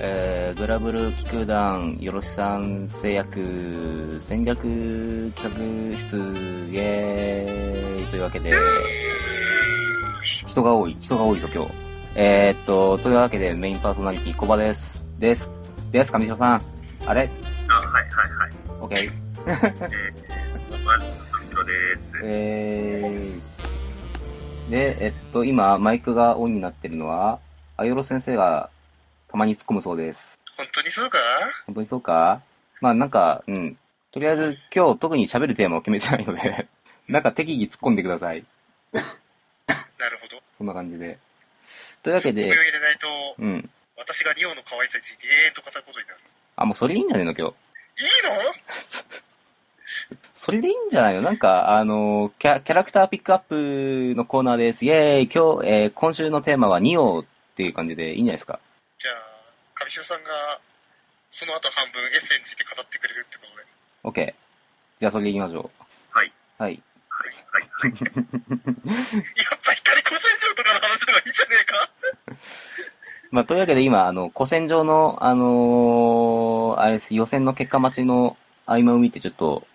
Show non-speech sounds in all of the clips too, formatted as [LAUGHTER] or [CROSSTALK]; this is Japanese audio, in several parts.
えー、グラブル気空団よろしさん製薬戦略企画室イエーイというわけで人が多い人が多いぞ今日えー、っとというわけでメインパーソナリティコバですですです上白さんあれあ、はいはいはい。オッケーまず、後ろです。えー、で、えっと、今、マイクがオンになってるのは、あよろ先生がたまに突っ込むそうです。本当にそうか本当にそうかまあなんか、うん。とりあえず今日特に喋るテーマを決めてないので、 [LAUGHS] なんか適宜突っ込んでください。なるほど。そんな感じで。というわけツッコミでを、入れないと、うん。私がリオの可愛さについて永遠と語ることになる。あ、もうそれでいいんじゃないの今日。いいのそれでいいんじゃないのなんか、あのキャ、キャラクターピックアップのコーナーです。イェーイ今日、えー今週のテーマは2王っていう感じでいいんじゃないですかじゃあ、上白さんが、その後半分エッセンについて語ってくれるってことで。 OK。じゃあ、それで行きましょう。はい。はい。はいはいはい。やっぱ光光線上とかの話の方がいいんじゃねえかまあ、というわけで今、あの、古戦場の、あのーあれです、予選の結果待ちの合間を見て、ちょっと、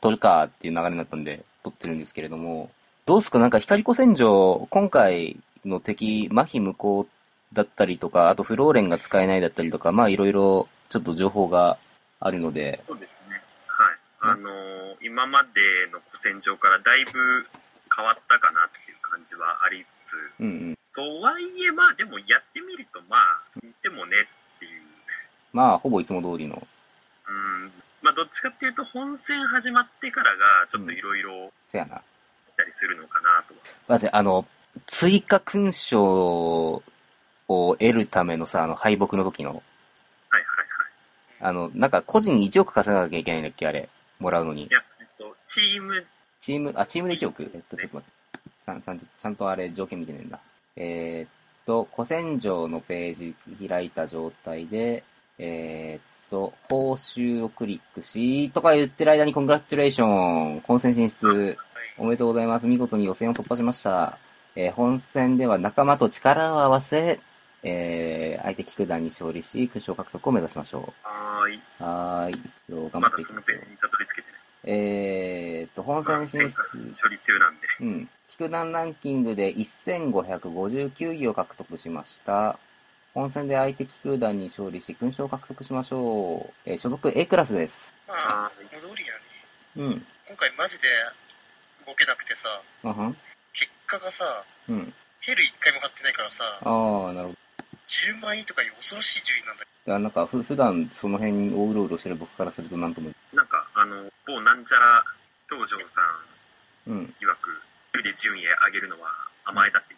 撮るかっていう流れになったんで、撮ってるんですけれども、どうすかなんか、光古戦場、今回の敵、麻痺無効だったりとか、あと、フローレンが使えないだったりとか、まあ、いろいろ、ちょっと情報があるので、そうですね。はい。あのー今までの古戦場からだいぶ変わったかなっていう感じはありつつ、うんうん。とはいえ、まあでもやってみると、まあ、似てもねっていう。まあ、ほぼいつも通りのうん。まあどっちかっていうと、本戦始まってからが、ちょっといろいろせやな。来たりするのかなとは。まず、あの、追加勲章を得るためのさ、あの、敗北の時の、はいはいはい。あの、なんか個人に1億稼がなきゃいけないんだっけあれ。もらうのにい。や、えっと、チーム、チーム、あ、チームで1億えっと、ちょっと待って。ちゃん、ちゃんと、ちゃんとあれ、条件見てねえんだ。えーっと、古戦場のページ開いた状態で、えーっと、報酬をクリックし、とか言ってる間にコングラッチュレーション本戦進出はい。おめでとうございます。見事に予選を突破しました。えー本戦では仲間と力を合わせ、えー相手菊団に勝利し、勲章獲得を目指しましょはーい。う。はーい。よー頑張まってだいきそまのしペょうージにたどり着けてない。えーっと、本ま戦あ、進選出、手処理中なんで。うん。菊団ランキングで1559位を獲得しました。本戦で相手菊団に勝利し、勲章を獲得しましょう。えー所属 A クラスです。まあ、はーい。戻りやね。うん。今回マジで動けなくてさ、うんはん。結果がさ、うん。ヘル1回も張ってないからさ、ああ、なるほど。 10万位とかいう恐ろしい順位なんだけいや、なんか、ふ、普段その辺をうろうろしてる僕からするとなんとも。 [LAUGHS] なんか、あの、某なんちゃら道場さんうん。曰く、一人で順位上げるのは甘えだって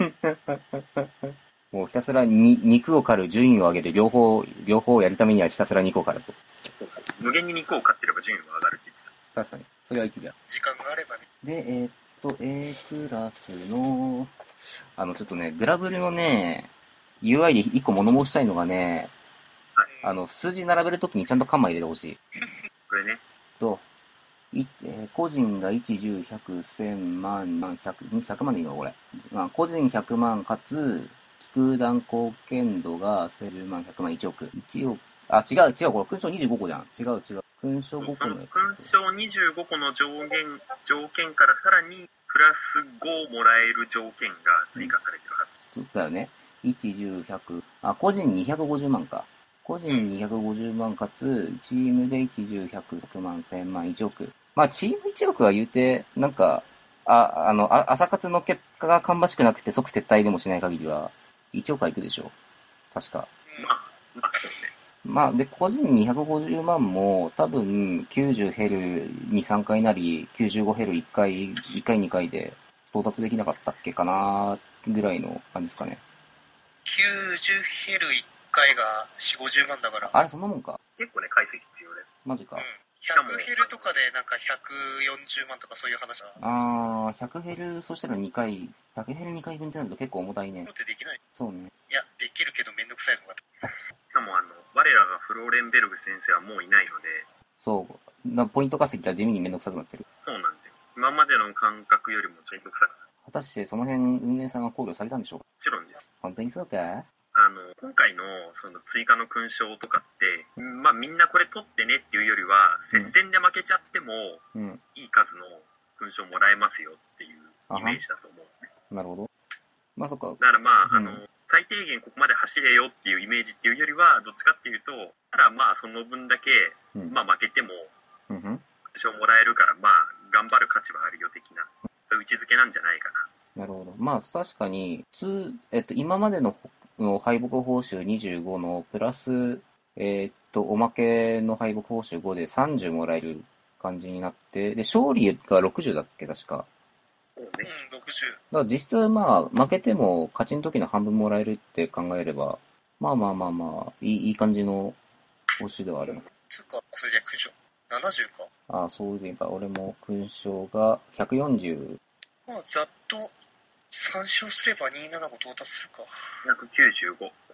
言ってたんで、もうひたすらに、肉を狩る、順位を上げて、両方、両方やるためにはひたすら肉を狩ると。無限に肉を買ってれば順位は上がるって言ってた。確かに。それは一理あるど、時間があればね。で、えーっと、A クラスの、あの、ちょっとね、グラブルのね、UI で一個物申したいのがね、あの、数字並べるときにちゃんとカンマ入れてほしい。これね、と、いえー個人が1、10、100、1000万、万、100、ん100万でいいのかこれ。まあ、個人100万かつ、気空団貢献度が10万、100万、1億。1億。あ、違う違う、これ勲章25個じゃん。違う違う。勲章5そ個ののや勲つ。章25個の上限、条件からさらに、プラス5もらえる条件が追加されてるはず。そうだよね。1、10、100。あ、個人250万か。個人250万かつ、チームで1、10、100、100万、1000万、1億。まあ、チーム1億は言うて、なんか、あ、あの、あ朝活の結果が芳しくなくて即撤退でもしない限りは、1億はいくでしょう。確か。うんまあ、まあ、そうね。まあ、で、個人250万も、多分、90ヘルに3回なり、95ヘル1回、1回2回で、到達できなかったっけかな、ぐらいの感じですかね。 90ヘル1回が4、50万だから、あれ、そんなもんか。結構ね、回数必要で。マジか。うん、100ヘルとかでなんか140万とかそういう話だ。あー、100ヘル、そしたら2回、100ヘル2回分ってなると結構重たいねも。ってできないそうね。いや、できるけどめんどくさいのが。しかも、あの、我らがフローレンベルグ先生はもういないので、そう。なポイント稼ぎが地味にめんどくさくなってる。そうなんで、今までの感覚よりもめんどくさくなる。果たしてその辺運営さんが考慮されたんでしょうかもちろんです。本当にそうかあの、今回のその追加の勲章とかって、まあみんなこれ取ってねっていうよりは、接戦で負けちゃっても、うん。いい数の勲章もらえますよっていうイメージだと思う。なるほど。まあそっか。だからまあ、うんあの、最低限ここまで走れよっていうイメージっていうよりは、どっちかっていうと、ただまあその分だけ、うん。まあ負けてもうんうん。勲章もらえるから、まあ頑張る価値はあるよ的な、そういう位置づけなんじゃないかな。なるほど。まあ確かに、通、えっと、今までのの敗北報酬25のプラス、えーっと、おまけの敗北報酬5で30もらえる感じになって、で、勝利が60だっけ、確か。そううね。だん、60。から実質、まあ、負けても勝ちの時の半分もらえるって考えれば、まあまあまあまあ、いいいい感じの報酬ではあるの。つうか、これじゃ9章。70か。ああ、そういえば、俺も勲章が140、まあ、ざっと、3勝すれば275到達するか。 195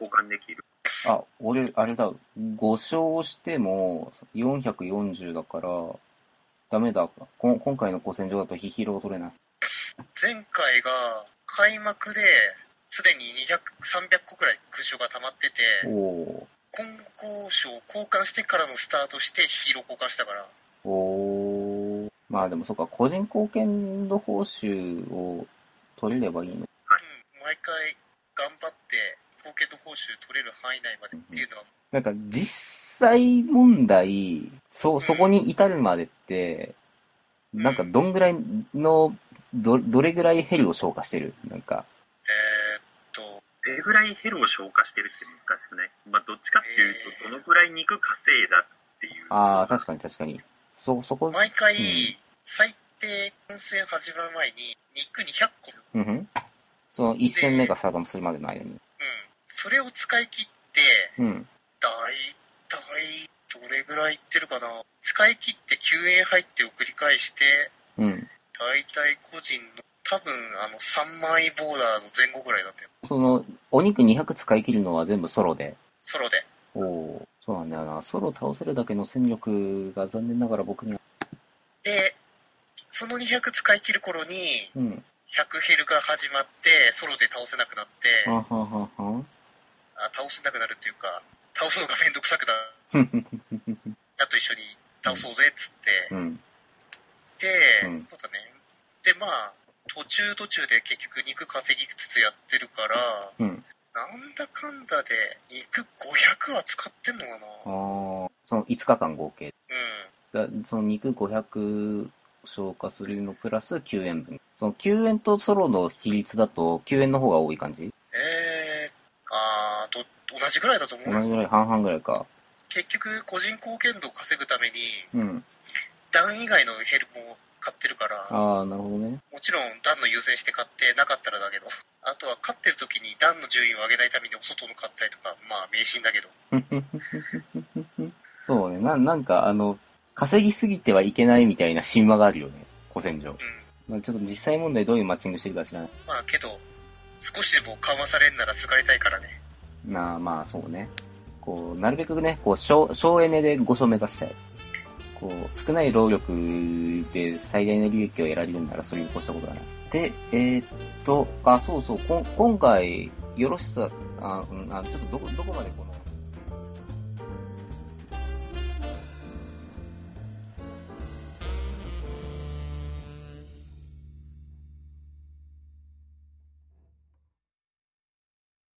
交換できる。あ、俺、あれだ、5勝しても440だから、ダメだ。こ今回の古戦場だとヒヒロ取れない。前回が、開幕で、すでに200、300個くらい空賞が溜まっておて、お今後賞交換してからのスタートしてヒーロー交換したから、ーおーまあでもそっか、個人貢献度報酬を取れればいいの。うん、毎回頑張って、貢献度報酬取れる範囲内までっていうのは、なんか実際問題、そ、そこに至るまでって、なんかどんぐらいの、ど、どれぐらいヘルを消化してるなんか、えーっと、どれぐらいヘルを消化してるって難しくないまあどっちかっていうと、どのぐらい肉稼いだっていう。ああ、確かに確かに。そ、そこ、毎回うん、最低運戦始まる前に、肉200個、うん、うんうん。その一戦目がスタートするまでの間に。それを使い切って、うん。だいたい、どれぐらいいってるかな。使い切って救援入ってを繰り返して、うん。だいたい個人の、多分、あの、3枚ボーダーの前後ぐらいだったよ。その、お肉200使い切るのは全部ソロで。ソロで。おお、そうなんだよな。ソロ倒せるだけの戦力が残念ながら僕には。で、その200使い切る頃に、うん。 100ヘルが始まって、ソロで倒せなくなって、あははは。あ倒せなくなるっていうか、倒すのがめんどくさくな、だと一緒に倒そうぜっつって、うん。で、うんそうだね。で、まあ、途中途中で結局肉稼ぎつつやってるから、うん。なんだかんだで肉500は使ってんのかなああ、その5日間合計。うん。だその肉500消化するのプラス9円分。その9円とソロの比率だと9円の方が多い感じえー、あーと、同じぐらいだと思同う。じぐらい半々ぐらいか。結局、個人貢献度を稼ぐために、うん。段以外のヘルも買ってるから、ああ、なるほどね。もちろん段の優先して買ってなかったらだけど、あとは勝ってる時に段の順位を上げないためにお外の買ったりとか、まあ迷信だけど。そうね、な、なんかあの、稼ぎすぎてはいけないみたいな神話があるよね、古戦場。うん。まあちょっと実際問題どういうマッチングしてるか知らない。まあけど、少しでも緩和されんならすがりたいからね。なあ、まあそうね。こう、なるべくね、こう、省、省エネで5勝目指したい。こう、少ない労力で最大の利益を得られるんならそれに越したことがない。で、えーっと、あ、そうそう、こん今回、よろしさ、あ、うんあちょっとどこ、どこまでこの、